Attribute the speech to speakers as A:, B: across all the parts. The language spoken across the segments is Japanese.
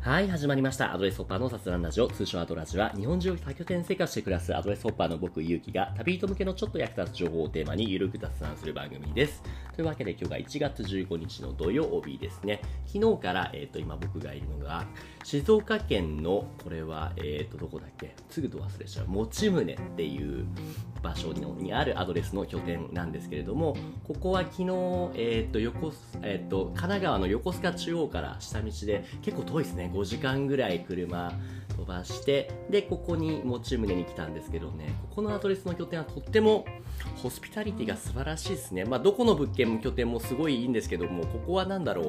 A: はい、始まりました。アドレスホッパーの雑談ラジオ、通称アドラジは、日本中を多拠点生活して暮らすアドレスホッパーの僕、ゆうきが、旅人向けのちょっと役立つ情報をテーマにゆるく雑談する番組です。というわけで、今日が1月15日の土曜日ですね。昨日から、えっ、と、今僕がいるのが、静岡県の、これは、えっ、と、どこだっけすぐと忘れちゃう。持宗っていう場所ににあるアドレスの拠点なんですけれども、ここは昨日、えっ、と、横須、えっ、と、神奈川の横須賀中央から下道で、結構遠いですね、5時間ぐらい車飛ばして、で、ここに持ち胸に来たんですけどね、ここのアドレスの拠点はとっても、ホスピタリティが素晴らしいですね。まあ、どこの物件も拠点もすごいいいんですけども、ここはなんだろ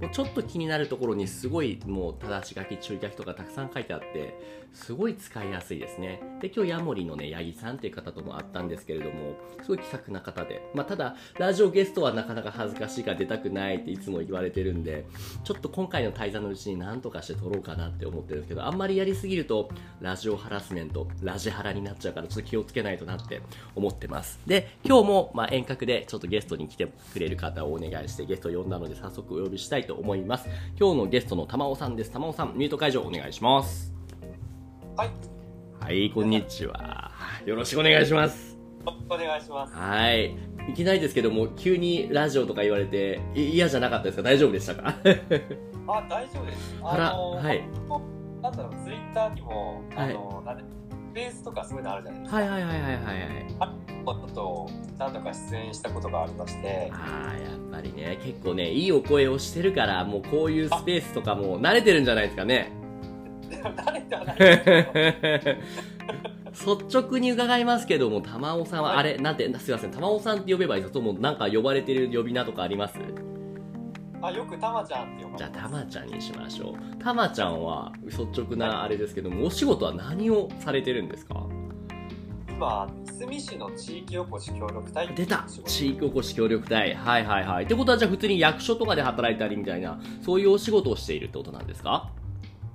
A: う、もうちょっと気になるところにすごい、もう、正し書き、注意書きとかたくさん書いてあって、すごい使いやすいですね。で、今日ヤモリのね、八木さんっていう方とも会ったんですけれども、すごい気さくな方で、まあ、ただ、ラジオゲストはなかなか恥ずかしいから出たくないっていつも言われてるんで、ちょっと今回の滞在のうちに何とかして撮ろうかなって思ってるんですけど、あんまりやりすぎると、ラジオハラスメント、ラジハラになっちゃうから、ちょっと気をつけないとなって思ってます。で、今日も、まあ、遠隔でちょっとゲストに来てくれる方をお願いして、ゲストを呼んだので、早速お呼びしたいと思います。今日のゲストの玉尾さんです。玉尾さん、ミュート解除お願いします。
B: はい、
A: はい、こんにちは。よろしくお願いします。
B: お願いします。
A: はい。いきなりですけども、急にラジオとか言われて、い嫌じゃなかったですか大丈夫でしたか
B: あ、大丈夫です。
A: あら、
B: の、
A: はい。
B: なんだろう、ツイッターにも、あ
A: はい
B: の、なんだスペースとかそういうのあるじゃないですか。
A: はいはいはいはいはいはい。
B: もうちょっと、何度か出演したことがありまして、
A: あーやっぱりね、結構ね、いいお声をしてるから、もうこういうスペースとかもう慣れてるんじゃないですか ね。
B: 誰ではないですけど
A: 率直に伺いますけども、玉尾さんは、
B: はい
A: あれ、なんて、すいません、玉尾さんって呼べばいいですかともうなんか呼ばれてる呼び名とかあります
B: あ、よくたまちゃんって呼ば
A: じゃあ、
B: れ
A: た
B: ます。
A: まちゃんにしましょう。たまちゃんは、率直なあれですけども、お仕事は何をされてるんですか
B: 今、いすみ市の地域おこし協力隊
A: 出た
B: 仕事
A: 地域おこし協力隊。はいはいはい。ってことは、じゃあ普通に役所とかで働いたりみたいな、そういうお仕事をしているってことなんですか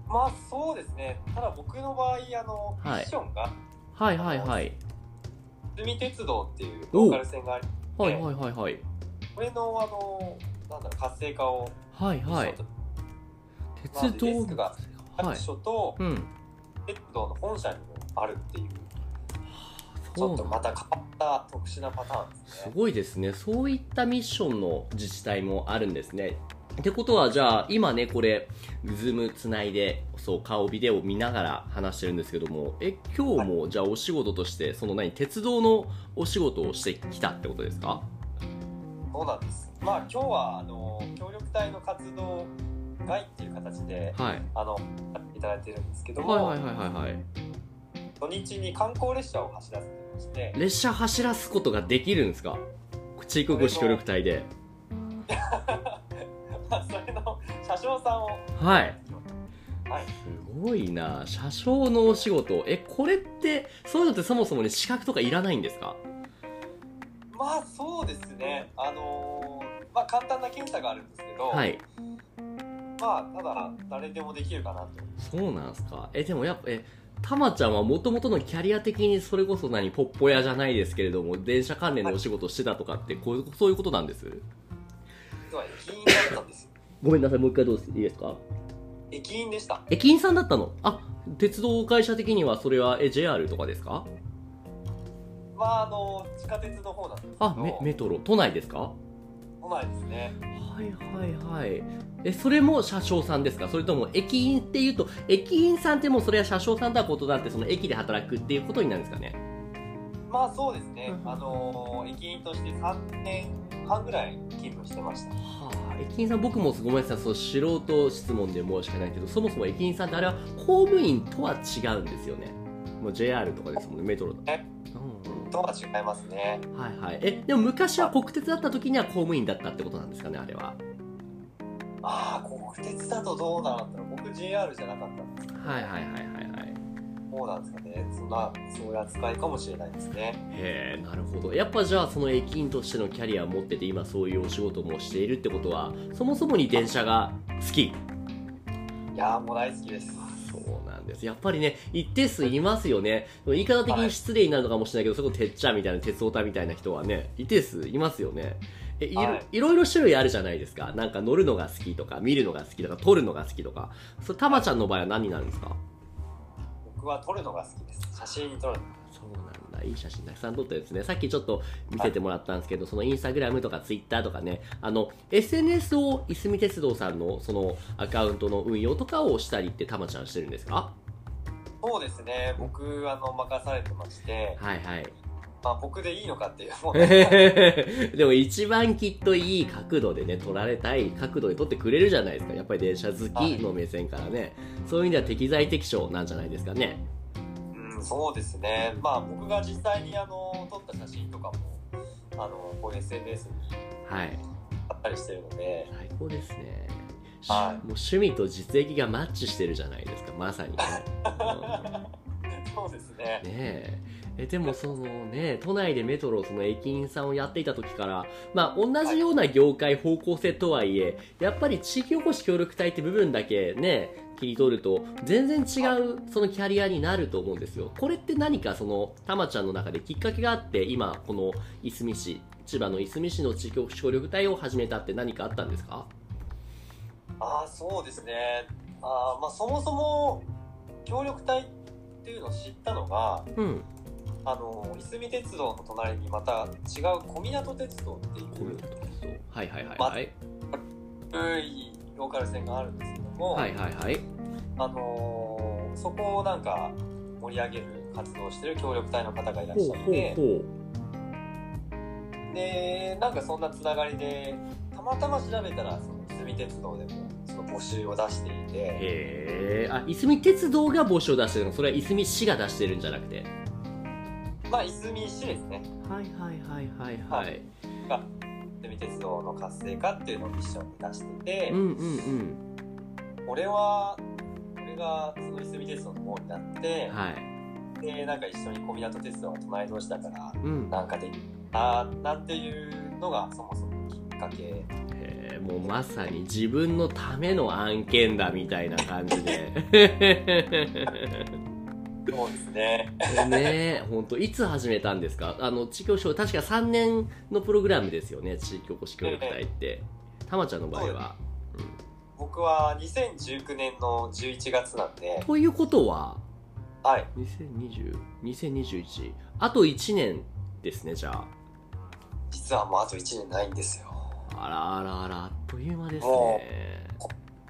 B: まあ、そうですね。ただ僕の場合、あの、ミ
A: はい
B: ッションが、
A: はいはいはい。
B: いすみ鉄道っていうローカル線があり、
A: はいはいはいはい。
B: これの、あの、なんだろう、活性化を、
A: はいはい
B: ミッション。
A: 鉄道
B: まあリスクが
A: は
B: 各
A: い。
B: 所と、
A: うん。
B: 鉄道の本社にもあるっていうち
A: そ
B: ょ
A: う
B: っと
A: なんだ
B: また変わった特殊なパターンです
A: す
B: ね
A: ごいですね。そういったミッションの自治体もあるんですね。ってことは、じゃあ、今ね、これ、ズームつないで、そう、顔ビデオを見ながら話してるんですけども、え、今日も、じゃあ、お仕事として、その何、鉄道のお仕事をしてきたってことですか
B: そうなんですまあ今日はあの協力隊の活動外っていう形で
A: はい。
B: あのやっていただいてるんですけども、
A: はいはいはいはいはい。
B: 土日に観光列車を走らせてまして
A: 列車走らすことができるんですか地域おこし協力隊で。
B: まあそれの車掌さんを
A: はい。
B: はい
A: すごいな車掌のお仕事。え、これって、そういうのってそもそもね、資格とかいらないんですか
B: まあそうですねあのまあ簡単な検査があるんですけど、
A: はい。
B: まあただ誰でもできるかなと
A: そうなんすかえでもやっぱえたまちゃんはもともとのキャリア的にそれこそ何ポッポ屋じゃないですけれども電車関連のお仕事してたとかってこういうそういうことなんです
B: 実は駅員だったんですよ
A: ごめんなさいもう一回どういいですか
B: 駅員でした
A: 駅員さんだったのあ鉄道会社的にはそれはえ JR とかですか
B: まああの地下鉄の方なんですけ
A: あメ
B: ど
A: メトロ都内ですかは
B: 都内ですね
A: いはいはいえそれも車掌さんですかそれとも駅員っていうと駅員さんってもうそれは車掌さんとは異なってその駅で働くっていうことになるんですかね
B: まあそうですね、
A: うん
B: あの駅員として3年半ぐらい勤務してました
A: はあ、駅員さん僕もごめんなさいそう素人質問で申し訳ないけどそもそも駅員さんってあれは公務員とは違うんですよねもう JR とかですもんねメトロだ
B: え
A: うん
B: とは違いますね
A: うんはいはいえでも昔は国鉄だった時には公務員だったってことなんですかねあれは
B: ああ国鉄だとどうなんだろう僕 JR じゃなかったんです
A: はいはいはいはいはい
B: そうなんですかねそんなそういう扱いかもしれないですね
A: へえなるほどやっぱじゃあその駅員としてのキャリアを持ってて今そういうお仕事もしているってことはそもそもに電車が好き
B: いやーもう大好きです
A: そうなんです。やっぱりね、一定数いますよね。言い方的に失礼になるのかもしれないけど、それこそてっちゃんみたいな、鉄オタみたいな人はね、一定数いますよね。えいろ
B: はい
A: いろいろ種類あるじゃないですかなんか乗るのが好きとか見るのが好きとか撮るのが好きとかそれたまちゃんの場合は何になるんですか
B: 僕は撮るのが好きです。写真撮るの。
A: そうなんだいい写真たくさん撮ってるんですねさっきちょっと見せてもらったんですけどそのインスタグラムとかツイッターとかねあの SNS をいすみ鉄道さんのそのアカウントの運用とかをしたりってたまちゃんしてるんですか
B: そうですね。僕、あの、任されてまして、
A: はいはい
B: まあ僕でいいのかっていう、もう、
A: でも一番きっといい角度でね撮られたい角度で撮ってくれるじゃないですかやっぱり電車好きの目線からねそういう意味では適材適所なんじゃないですかね
B: うん、そうですね。まあ僕が実際にあの、撮った写真とかも、あの、こういう SNS に
A: はい
B: あったりしてるので、
A: 最高ですねしも
B: は
A: う趣味と実益がマッチしてるじゃないですかまさにね、うん
B: そうですね。
A: ねええでもそのね都内でメトロその駅員さんをやっていた時からまあ同じような業界方向性とはいえやっぱり地域おこし協力隊って部分だけね切り取ると全然違うそのキャリアになると思うんですよこれって何かそのたまちゃんの中できっかけがあって今このいすみ市千葉のいすみ市の地域おこし協力隊を始めたって何かあったんですか
B: ああ、そうですね。あーまあそもそも、協力隊っていうのを知ったのが、
A: うん
B: あの、いすみ鉄道の隣にまた違う小湊鉄道って
A: こうい
B: いうう
A: ことそうはいはいはいはい
B: 古いローカル線があるんですけども、
A: はいはいはい
B: あのーそこをなんか盛り上げる活動をしてる協力隊の方がいらっしゃって
A: ほう
B: でなんかそんなつながりでたまたま調べたらそのいすみ鉄道でもその募集を出していて
A: へえあいすみ鉄道が募集を出してるのそれはいすみ市が出してるんじゃなくて
B: まあいすみ市ですね
A: はいはいはいはい
B: はいいすみ鉄道の活性化っていうのをミッションに出してて、
A: うんうん
B: 俺は俺がそのいすみ鉄道の方になって
A: うん、はい
B: でなんか一緒に小湊鉄道が隣同士だから
A: うん
B: なんかできたなっていうのがそもそもきっかけ
A: へえもうまさに自分のための案件だみたいな感じで
B: そうですね。
A: ね本当いつ始めたんですかあの地域おこし協確か3年のプログラムですよね地域おこし協力隊ってたまちゃんの場合は、
B: 僕は2019年の11月なんで、
A: ということは
B: はい、
A: 2020 2021あと1年ですねじゃあ
B: 実はもうあと1年ないんですよ。
A: あらあらあらあっという間です
B: も
A: ね。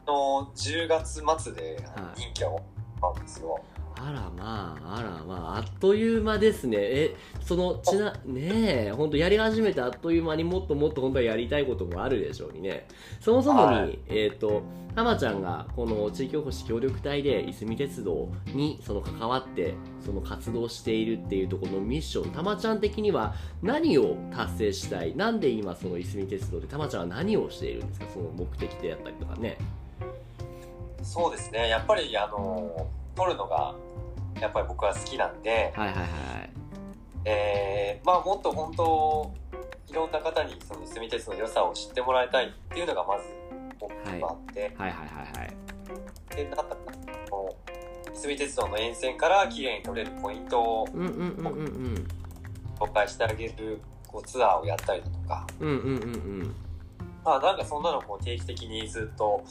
B: の10月末で
A: はい
B: 任期は終わったんですよ。
A: あらまあ、あらまあ、あっという間ですね。え、その、ちな、ねえ、ほんとやり始めてあっという間にもっともっと本当はやりたいこともあるでしょうにね。そもそもに、
B: はい
A: えっ、と、たまちゃんがこの地域おこし協力隊でいすみ鉄道にその関わって、その活動しているっていうところのミッション、たまちゃん的には何を達成したいなんで今そのいすみ鉄道でたまちゃんは何をしているんですかその目的であったりとかね。
B: そうですね、やっぱりあの、撮るのが、やっぱり僕は好きなんで、
A: はいはいはい。
B: えー、まあもっと本当、いろんな方にその住み鉄の良さを知ってもらいたいっていうのがまず僕はあって、
A: はいはいはいはい
B: で、なんだかこの、住み鉄道の沿線から綺麗に撮れるポイントを
A: うんうんうんうんうん
B: 紹介してあげるこうツアーをやったりだとか、
A: うんうんうん
B: まあ、なんかそんなのをこう定期的にずっと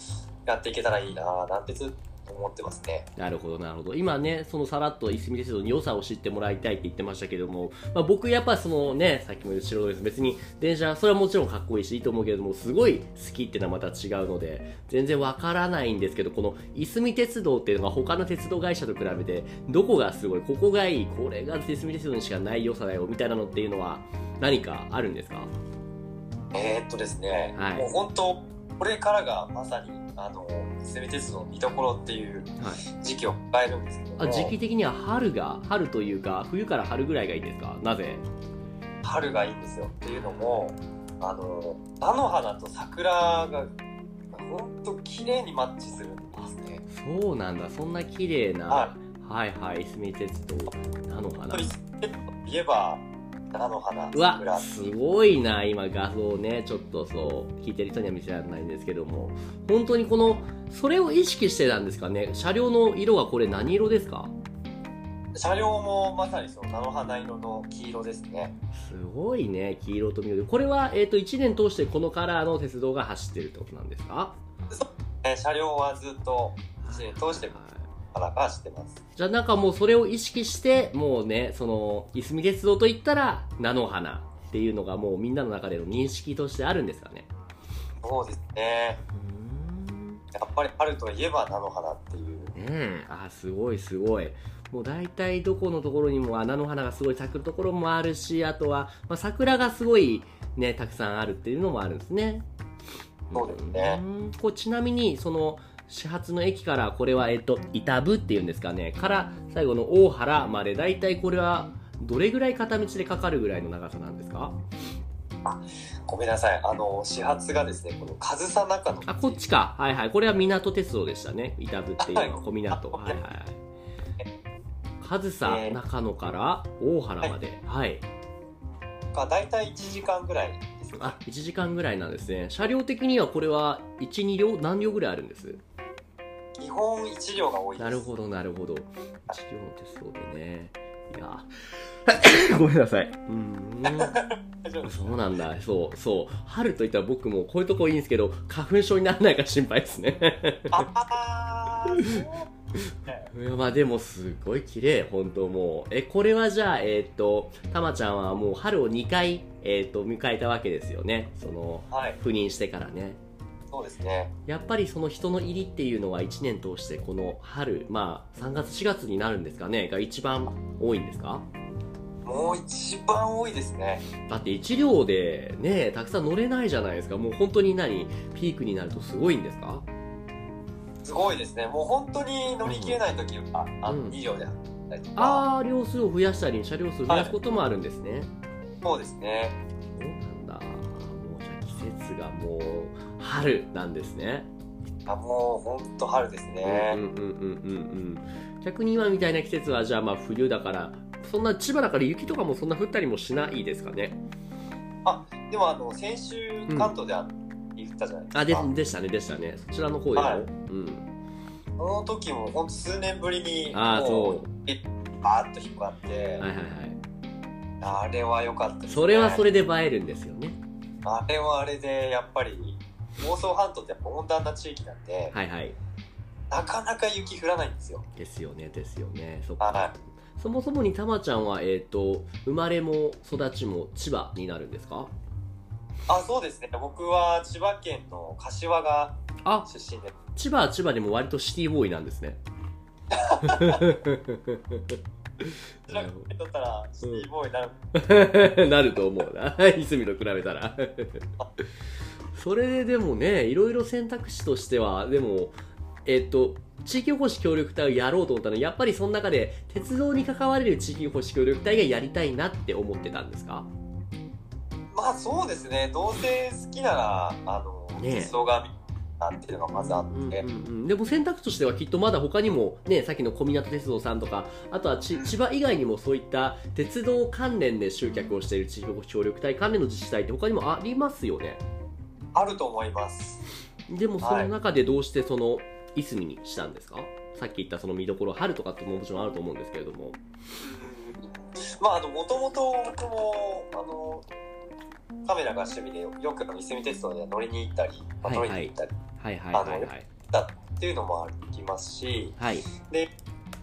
B: やっていけたらいいなぁなんてずっと思ってますね。
A: なるほどなるほど今ねそのさらっといすみ鉄道の良さを知ってもらいたいって言ってましたけども、まあ、僕やっぱそのねさっきも言った白です別に電車それはもちろんかっこいいしいいと思うけれどもすごい好きってのはまた違うので全然わからないんですけどこのいすみ鉄道っていうのが他の鉄道会社と比べてどこがすごいここがいいこれがいすみ鉄道にしかない良さだよみたいなのっていうのは何かあるんですか
B: えーっとですね、
A: はい
B: もう本当これからがまさにあの住み鉄道の見どころっていう
A: はい
B: 時期を迎えるんですけども
A: あ時期的には春が春というか冬から春ぐらいがいいんですかなぜ
B: 春がいいんですよっていうのもあの菜の花と桜が本当綺麗にマッチするんですね。
A: そうなんだそんな綺麗な、
B: は
A: はい、はいいすみ鉄道なのかな
B: と言えば菜の花
A: う
B: 桜
A: わすごいな今画像ねちょっとそう聞いてる人には見せられないんですけども本当にこのそれを意識してたんですかね車両の色はこれ何色ですか
B: 車両もまさにその菜の花色の黄色ですね。
A: すごいね黄色と緑これは、えー、と1年通してこのカラーの鉄道が走ってるってことなんですか
B: えー車両はずっと一年通して
A: はい
B: 花がしてます。
A: じゃあなんかもうそれを意識してもうねそのいすみ鉄道といったら菜の花っていうのがもうみんなの中での認識としてあるんですかね
B: そうですね。やっぱり春といえば菜の花っていう。
A: ねえあすごいすごいもう大体どこのところにもあ菜の花がすごい咲くところもあるしあとは、まあ、桜がすごいねたくさんあるっていうのもあるんですね
B: そうですね
A: うんこうちなみにその始発の駅からこれはえっと板部っていうんですかねから最後の大原まで大体これはどれぐらい片道でかかるぐらいの長さなんですか
B: ごめんなさい。あの始発がですね、この上総中野。
A: あこっちかはいはいこれは港鉄道でしたね板部っていうのは小港
B: は
A: はいいはいはい上
B: え
A: 総
B: ー中
A: 中野から大原まではい、
B: がだいたい1時間ぐらいですね。
A: あ1時間ぐらいなんですね車両的にはこれは12両何両ぐらいあるんです
B: 基本1両が多いです。
A: なるほどなるほど治療の手相でねい やごめんなさいうーん
B: 大丈夫です
A: そうなんだそうそう春といったら僕もこういうとこいいんですけど花粉症にならないか心配ですね
B: あーそう
A: いやまあでもすごい綺麗本当もうえこれはじゃあえっ、とたまちゃんはもう春を2回えっ、と迎えたわけですよねその
B: はい、
A: 赴任してからね
B: そうですね。
A: やっぱりその人の入りっていうのは1年通してこの春まあ3月4月になるんですかねが一番多いんですか
B: もう一番多いですね。
A: だって1両でねたくさん乗れないじゃないですかもう本当に何ピークになるとすごいんですか
B: すごいですね。もう本当に乗り切れない時は、あ
A: うん
B: の2両であったりとか、
A: ああ両数を増やしたり車両数を増やすこともあるんですね、
B: そうですね。
A: そうなんだもうじゃあ季節がもう春なんですね
B: あもう本当春ですね。
A: うんうんうんうんうんうん逆に今みたいな季節はじゃあまあ冬だからそんな千葉だから雪とかもそんな降ったりもしないですかね
B: でもあの先週
A: うん
B: 関東であ言ったじゃないですか。
A: あででしたねでしたねそちらの方でも、
B: はい
A: うん
B: その時も本当数年ぶりに
A: ああ
B: も
A: そう
B: えバーッと引っ張って、
A: うはいはいはい
B: あれは良かったです、ね。
A: それはそ
B: れ。
A: れで映えるんですよね
B: あれはあれでやっぱり房総半島ってやっぱ温暖な地域なんで、
A: はいはい
B: なかなか雪降らないんですよ。
A: ですよねですよねそっ
B: は
A: かそもそもにたまちゃんは、えー、と生まれも育ちも千葉になるんですか
B: あそうですね。僕は千葉県の柏が
A: あ
B: 出身で、
A: 千葉は千葉でも割とシティボーイなんですね
B: どちらかとったらシティボーイになる。
A: なると思うな いすみと比べたらそれでもねいろいろ選択肢としてはでもえっと地域おこし協力隊をやろうと思ったのはやっぱりその中で鉄道に関われる地域おこし協力隊がやりたいなって思ってたんですか
B: まあそうですね。どうせ好きならあの
A: ねえ
B: 鉄道がなんていうのがまずあって、
A: うんうんうん、でも選択肢としてはきっとまだ他にも、ね、さっきの小湊鉄道さんとかあとはち千葉以外にもそういった鉄道関連で集客をしている地域協力隊関連の自治体って他にもありますよね
B: あると思います。
A: でもその中でどうしてそのいすみにしたんですかさっき言ったその見どころ春とかってももちろんあると思うんですけれども
B: まああの元々僕もあのカメラが趣味でよくあのいすみ鉄道で乗りに行ったり、まあ
A: はいは
B: 撮
A: い
B: りに行ったり
A: はいはいはいはい
B: っていうのもありますし、
A: はい
B: で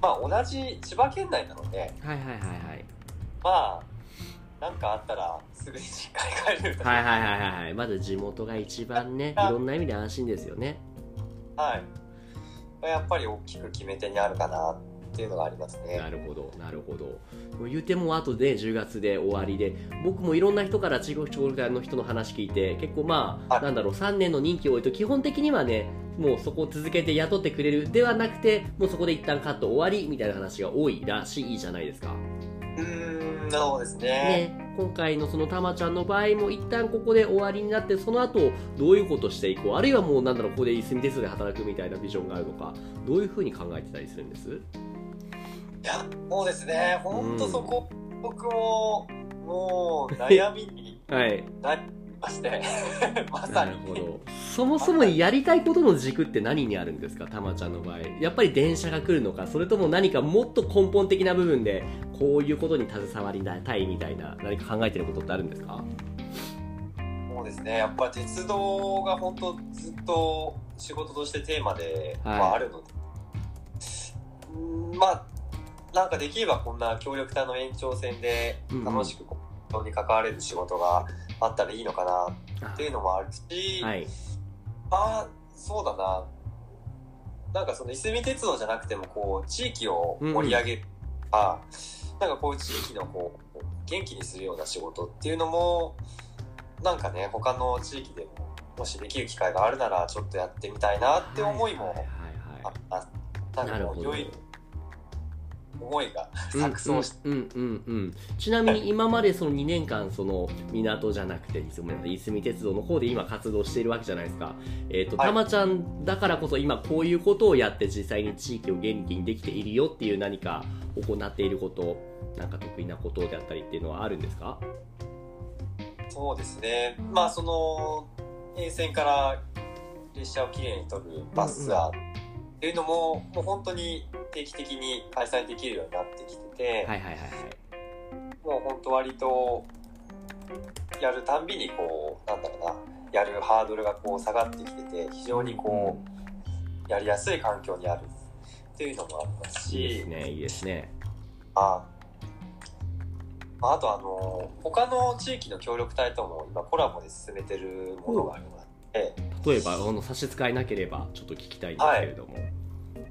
B: まあ同じ千葉県内なので、
A: はいはいはいはい
B: まあなんかあったらすぐに実家に帰れるとか
A: はいはいはいはいはいまず地元が一番ねいろんな意味で安心ですよね
B: はい。やっぱり大きく決め手にあるかなっていうのがありますね。
A: なるほど、なるほど。言うてもあとで10月で終わりで、僕もいろんな人から中国協力隊の人の話聞いて、結構まあ、
B: はい
A: なんだろう、3年の任期を終えると、基本的にはね、もうそこを続けて雇ってくれるではなくて、もうそこで一旦カット終わりみたいな話が多いらしいじゃないですか。
B: うーん、そうですね。
A: ね、今回のそのたまちゃんの場合も一旦ここで終わりになってその後どういうことしていこうあるいはもうなんだろうここでいすみ鉄道で働くみたいなビジョンがあるのかどういうふうに考えてたりするんです
B: いや、そうですね。ほんとそこ、僕も、もう悩みに
A: はい
B: 悩まして、 まさ
A: なる
B: に。
A: ほどそもそもやりたいことの軸って何にあるんですかたまちゃんの場合やっぱり電車が来るのかそれとも何かもっと根本的な部分でこういうことに携わりたいみたいな何か考えてることってあるんですか
B: そうですね、やっぱ鉄道が本当ずっと仕事としてテーマで、
A: はい
B: まあ、あるので、うんまあなんかできればこんな協力隊の延長線で
A: うんうん
B: 楽しくこう鉄道に関われる仕事があったらいいのかなっていうのもあるし、
A: はい
B: まあそうだななんかそのいすみ鉄道じゃなくてもこう地域を盛り上げるとか、なんかこう地域のこう元気にするような仕事っていうのもなんかね他の地域でももしできる機会があるならちょっとやってみたいなって思い
A: は
B: も
A: い
B: あ
A: は
B: った、
A: いはいなる
B: なんかこ
A: ほ
B: う
A: ど
B: 良い思いが錯綜して、
A: うんうんうんうん、ちなみに今までその2年間その港じゃなくていつもいすみ鉄道の方で今活動しているわけじゃないですか、えーと
B: はい
A: たまちゃんだからこそ今こういうことをやって実際に地域を元気にできているよっていう何か行っていることなんか得意なことであったりっていうのはあるんですか
B: そうですねまあその沿線から列車をきれいに撮るバスツアーっていうのも、もう本当に定期的に開催できるようになってきてて、
A: はいはいはいはい
B: もう本当割とやるたんびにこうなんだろうなやるハードルがこう下がってきてて非常にこうやりやすい環境にあるっていうのもあります
A: いい
B: し
A: ですねいいですね
B: あまああとあの他の地域の協力隊とも今コラボで進めてるものがあるのがあって。
A: 例えばあの差し支えなければちょっと聞きたいんですけれども、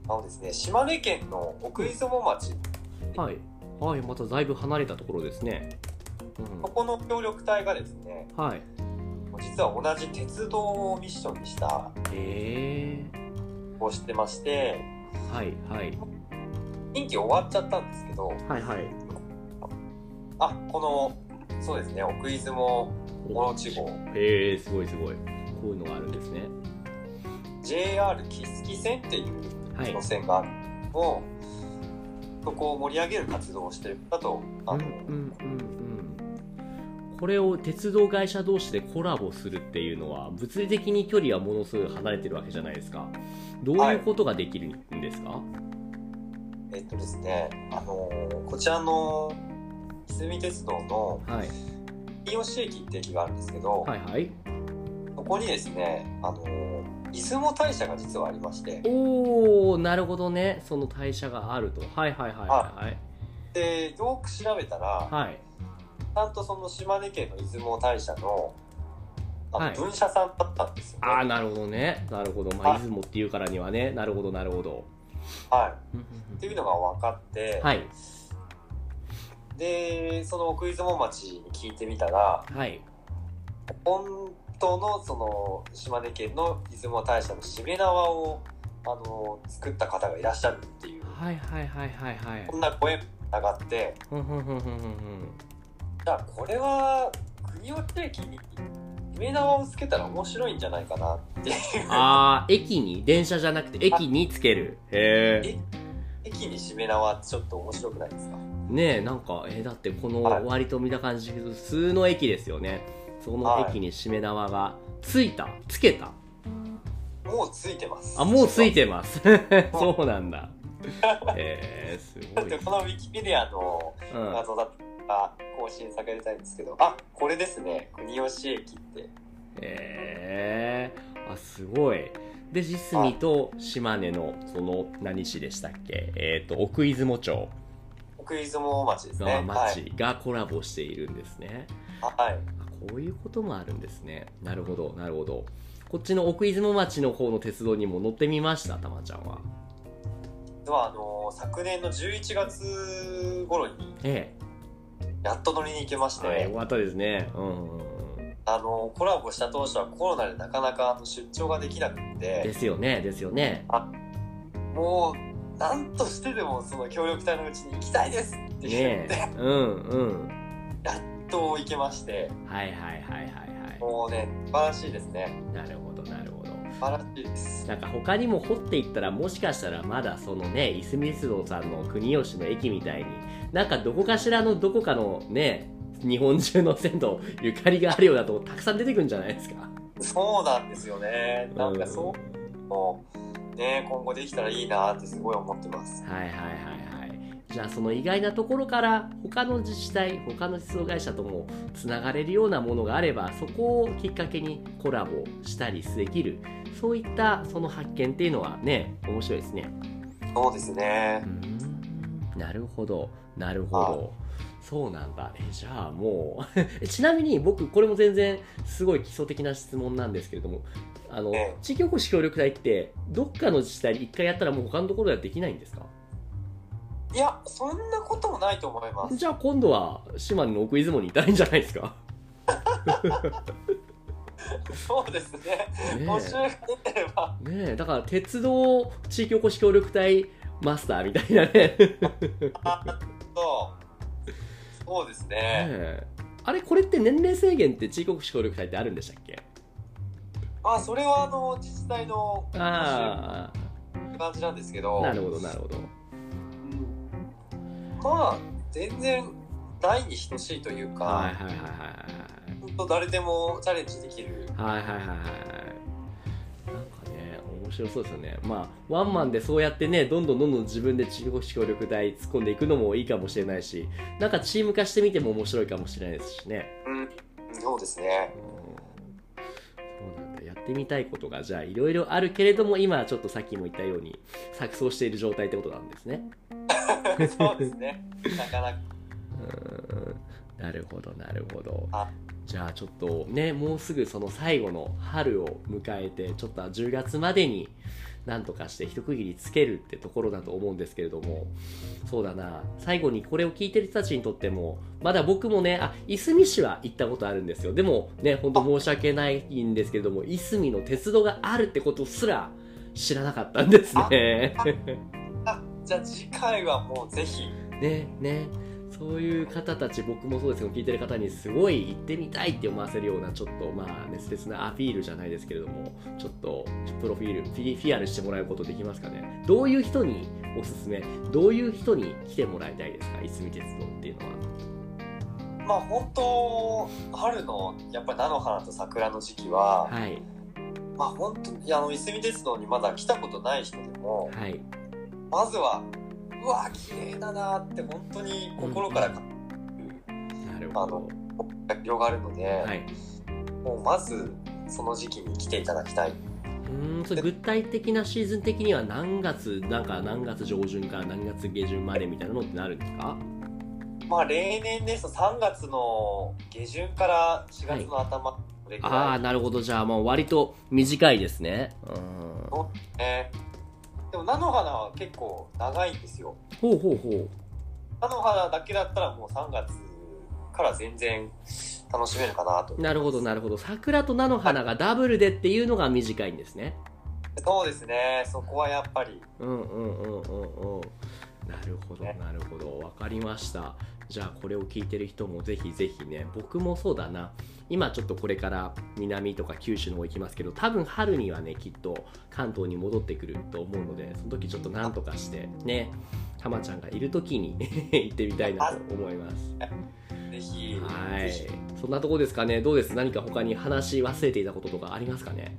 B: あのですね、島根県の奥出雲町、
A: はい、はい、まただいぶ離れたところですね、うん
B: ここの協力隊がですね、
A: はい
B: 実は同じ鉄道をミッションにした、
A: え
B: をしてまして、
A: ー、はいはい
B: 任期終わっちゃったんですけど、
A: はいはい
B: あ、この、そうですね、奥出雲諸地方、
A: へえすごいすごいこういうのがあるんですね
B: JR 木月線っていう
A: はい
B: 路線があるのを、そこを盛り上げる活動をしてる方と、あ
A: うん
B: の、
A: うんうんうんこれを鉄道会社同士でコラボするっていうのは物理的に距離はものすごい離れてるわけじゃないですかどういうことができるんですか、
B: えっとですね、あの、こちらの、いすみ鉄道の
A: はい、
B: 三好駅って駅があるんですけど、
A: はいはい
B: ここにですね、あの出雲大社が実はありまして、
A: おおなるほどねその代謝があるとはいはいはいはい
B: で、よく調べたら、
A: はいはい
B: ちゃんとその島根県の出雲大社の、あの、
A: はい
B: 文社さんだったんですよ、ね。
A: ああなるほどねなるほどまあ
B: はい
A: 出雲っていうからにはねなるほどなるほど
B: はい。っていうのが分かって、
A: はい
B: で、その奥出雲町に聞いてみたら、
A: はい
B: 本当のその島根県の出雲大社のしめ縄を、あの作った方がいらっしゃるっていう、
A: はいはいはいはいはい
B: こんな声が上がって、
A: ふんふんふんふんふん
B: じゃあこれは国を定期に夢縄をつけたら面白いんじゃないかなっていう
A: あー駅に電車じゃなくて駅につけるへえ
B: え駅にしめ縄ってちょっと面白くないですか
A: ねえなんか、えーだってこの
B: はい
A: 割と見た感じ普通の駅ですよねその駅にしめ縄がついたつけた
B: もうついてます
A: あもうついてます そうなんだへえす
B: だ
A: ご
B: っ
A: い
B: て、このウィキペディアの
A: うん、
B: 画像だったら更新されたいんですけど、あこれですね国吉駅って
A: へえあすごいで実住と島根のその何市でしたっけえっ、と奥出雲町
B: 奥出雲町ですね
A: の町がコラボしているんですね、
B: はい、はい、
A: あこういうこともあるんですねなるほどなるほどこっちの奥出雲町の方の鉄道にも乗ってみましたたまちゃんは
B: ではあの昨年の11月頃に
A: え
B: やっと乗りに行けまし
A: え、はい、よ
B: て
A: かったですねうんうんうん
B: あのコラボした当初はコロナでなかなかあの出張ができなくって
A: ですよねですよね
B: もう、なんとしてでも、その協力隊のうちに行きたいですって
A: ね
B: 言って、
A: えうんうん
B: と行けまして、
A: はいはいはいはいは
B: もうね、素晴らしいですね。
A: いなるほどなるほど
B: 素晴らしいです。
A: なんか他にも掘っていったらもしかしたらまだそのねいすみ鉄道さんの国吉の駅みたいになんかどこかしらのどこかのね日本中の銭湯ゆかりがあるようなとこたくさん出てくるんじゃないですか
B: そうなんですよね。なんかそういうの、ね、今後できたらいいなってすごい思ってます。
A: はいはいはいはいじゃあその意外なところから他の自治体他の実装会社ともつながれるようなものがあればそこをきっかけにコラボしたりできるそういったその発見っていうのはね面白いですね
B: そうですね。
A: うんなるほどなるほどそうなんだえじゃあもう えちなみに僕これも全然すごい基礎的な質問なんですけれどもあの
B: ええ
A: 地域おこし協力隊ってどっかの自治体で一回やったらもう他のところではできないんですか
B: いや、そんなこともないと思います。
A: じゃあ今度は島根の奥出雲にいたらいいんじゃないです か
B: そうですね。
A: ね
B: 募集が出てれば。
A: えねえだから鉄道地域おこし協力隊マスターみたいなねね
B: あそう。そうですね。
A: えあれこれって年齢制限って地域おこし協力隊ってあるんでしたっけ
B: あ、それはあの、自治体の
A: あ
B: 感じなんですけ
A: あ
B: ど。
A: なるほどなるほど
B: うんまあ、全然、ないに等しいというか、
A: はいはいはい
B: 本当誰でもチャレンジできる。
A: はいはいはいはいはいはいなんかね面白そうですよねまあワンマンでそうやってねどんどんどんどん自分で地域おこし協力隊突っ込んでいくのもいいかもしれないしなんかチーム化してみても面白いかもしれないですしね
B: うん。そうですね。
A: そうなんだやってみたいことがじゃあいろいろあるけれども今はちょっとさっきも言ったように錯綜している状態ってことなんですね。
B: そうですね。なかなか。
A: うーんなるほどなるほど
B: あ
A: じゃあちょっとねもうすぐその最後の春を迎えてちょっと10月までになんとかして一区切りつけるってところだと思うんですけれどもそうだな最後にこれを聞いてる人たちにとってもまだ僕もねあいすみ市は行ったことあるんですよでもねほんと申し訳ないんですけれどもいすみの鉄道があるってことすら知らなかったんですね。
B: あじゃあ次回はもうぜひ。
A: ねねそういう方たち僕もそうですけど聞いてる方にすごい行ってみたいって思わせるようなちょっとまあ熱烈なアピールじゃないですけれどもちょっとプロフィールフィフィアルしてもらうことできますかねどういう人におすすめどういう人に来てもらいたいですかいすみ鉄道っていうのは
B: まあ本当、春のやっぱり菜の花と桜の時期は、
A: はい
B: まあ本当にあの、いすみ鉄道にまだ来たことない人でも、
A: はい
B: まずは、うわ、綺麗だなって本当に心から感
A: なる
B: あ
A: ほ
B: の
A: ど
B: じる広がるので、
A: はい
B: もうまずその時期に来ていただきたい。
A: うーんそれ具体的なシーズン的には何月なんか何月上旬から何月下旬までみたいなのってなるんですか
B: まあ例年ですと3月の下旬から4月の頭、これく
A: あ
B: ら
A: あ
B: い
A: なるほどじゃあもう割と短いですねうん
B: ね。でも菜の花は結構長いんですよ。
A: ほうほうほ
B: 菜の花だけだったらもう3月から全然楽しめるかなと
A: う。なるほどなるほど桜と菜の花がダブルでっていうのが短いんですね
B: そうですね、そこはやっぱり。
A: うんうんうんうんうんなるほどなるほどわかりましたじゃあこれを聞いてる人もぜひぜひね僕もそうだな今ちょっとこれから南とか九州の方行きますけど多分春にはねきっと関東に戻ってくると思うのでその時ちょっとなんとかしてねたまちゃんがいる時に 行ってみたいなと思います
B: ぜひ、
A: はい
B: ぜひ。、
A: そんなとこですかね、どうです、何か他に話し忘れていたこととかありますかね。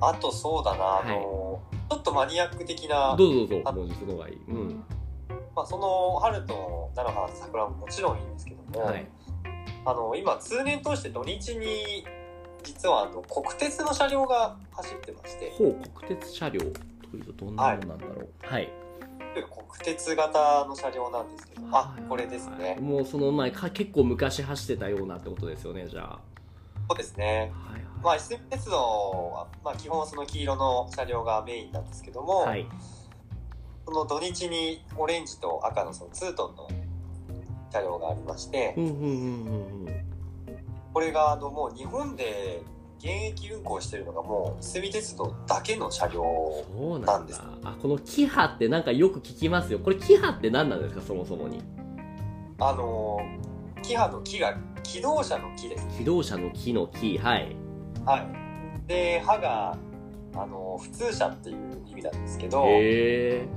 B: あとそうだな、あの、ちょっとマニアック的な、
A: どうぞどうぞ、もうその方がいい。うん、
B: まあ、その春と菜の花と桜ももちろんいいんですけども、
A: はい、
B: あの、今、通年通して土日に、実はあの、国鉄の車両が走ってまして、
A: ほう、国鉄車両というと、どんなものなんだろう。はい、
B: 国鉄型の車両なんですけど、あ、これです
A: はい
B: ね。
A: もうその前か、結構昔走ってたようなってことですよね、じゃあ。
B: そうですね。
A: はい、
B: ま
A: は
B: あ、いすみ鉄道は、まあ、基本その黄色の車両がメインなんですけども、
A: い。はい、
B: その土日にオレンジと赤のそのツートンの車両がありまして
A: う、んうんうんうんうん。
B: これがあのもう日本で現役運行してるのがもういすみ鉄道だけの車両
A: そうな
B: なんんです
A: だ。あ、このキハって、なんかよく聞きますよ。これキハって何なんですか、そもそもに。
B: あのキハの木が機動車の木です
A: 機動車の木の木、はい。
B: はいで歯があの普通車っていう意味なんですけど
A: へえ。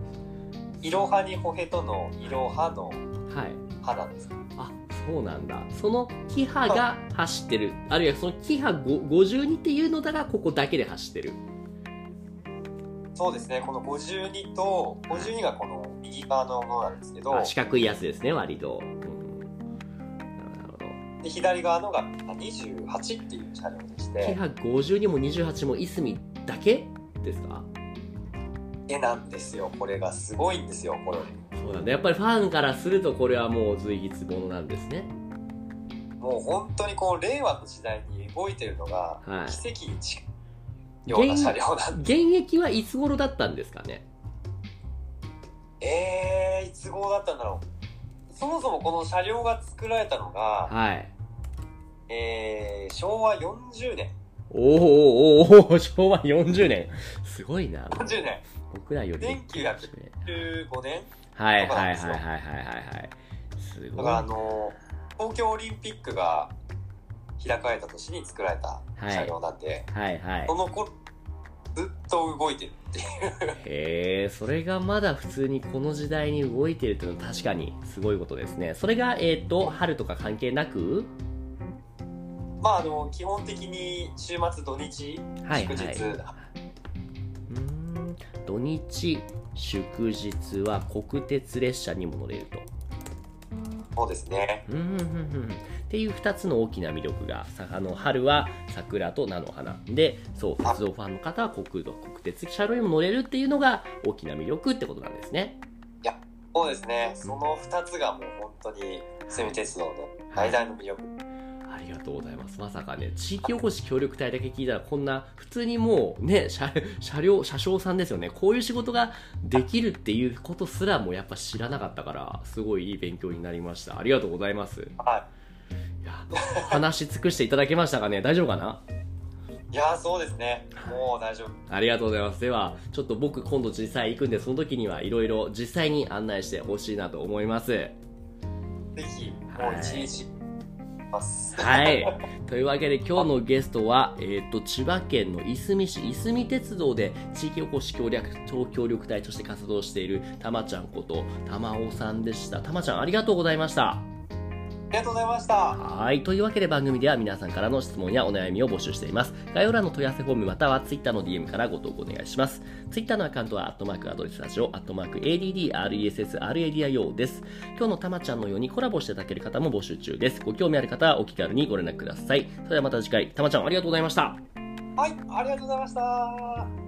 B: いろはにほへとのいろはの
A: はい。
B: 歯なんです
A: あ、そうなんだそのキハが走ってるあるいはそのキハご52っていうのだがここだけで走ってる
B: そうですね、この52と、52がこの右側のものなんですけど、
A: あ四角いやつですね割と、うん、なるほど
B: で左側のが28っていう車両でし
A: キ
B: て、
A: ハ52も28もいすみだけですか
B: 絵なんですよ、これがすごいんですよ、これ。
A: そうなんだやっぱりファンからするとこれはもう随筆ものなんですね
B: もう本当にこう、令和の時代に動いてるのが、
A: はい
B: 奇跡に近いような車両なんで。
A: 現役はいつ頃だったんですかね
B: えー、いつ頃だったんだろう。そもそもこの車両が作られたのが、
A: はい
B: えー、昭和40年。
A: おおおおお昭和40年すごいな
B: 40年
A: 僕らより
B: 190015年
A: はいはいはいはいはいはいはいす
B: だ
A: ごい
B: からあ
A: は
B: の東京オリンピックが開かれた年に作られた車両なんで、
A: いはい
B: その頃ずっと動いてるっていう
A: へえそれがまだ普通にこの時代に動いてるっていうのは確かにすごいことですねそれがえっ、と春とか関係なく
B: まああの基本的に週末土日
A: はい
B: 祝
A: は
B: 日、
A: いうーん土日祝日は国鉄列車にも乗れると
B: そうですね
A: うんうんうんうんっていう2つの大きな魅力がさあの春は桜と菜の花でそう鉄道ファンの方は国土国鉄車両にも乗れるっていうのが大きな魅力ってことなんですね
B: そうですねその2つがもう本当に住み鉄道の最大の魅力
A: ありがとうございますまさかね地域おこし協力隊だけ聞いたらこんな普通にもうね 車車両車掌さんですよねこういう仕事ができるっていうことすらもやっぱ知らなかったからすごいいい勉強になりましたありがとうございます
B: はい
A: や話し尽くしていただけましたかね大丈夫かない
B: いやーそうですねもう大丈夫
A: ありがとうございます。では、ちょっと僕今度実際行くんで、その時にはいろいろ実際に案内してほしいなと思います。
B: ぜひも
A: は
B: う
A: い
B: 一日います
A: はい。というわけで今日のゲストは、えっ、と、千葉県のいすみ市、いすみ鉄道で地域おこし協力協力隊として活動しているたまちゃんこと、たまおさんでした。たまちゃんありがとうございました。
B: ありがとうございました
A: はい。というわけで番組では皆さんからの質問やお悩みを募集しています。概要欄の問い合わせフォームまたは Twitter の DM からご投稿お願いします。Twitter のアカウントは、アットマークアドレスラジオ、アットマーク ADDRESSRADIO です。今日のたまちゃんのようにコラボしていただける方も募集中です。ご興味ある方はお気軽にご連絡ください。それではまた次回、たまちゃんありがとうございました。
B: はいありがとうございました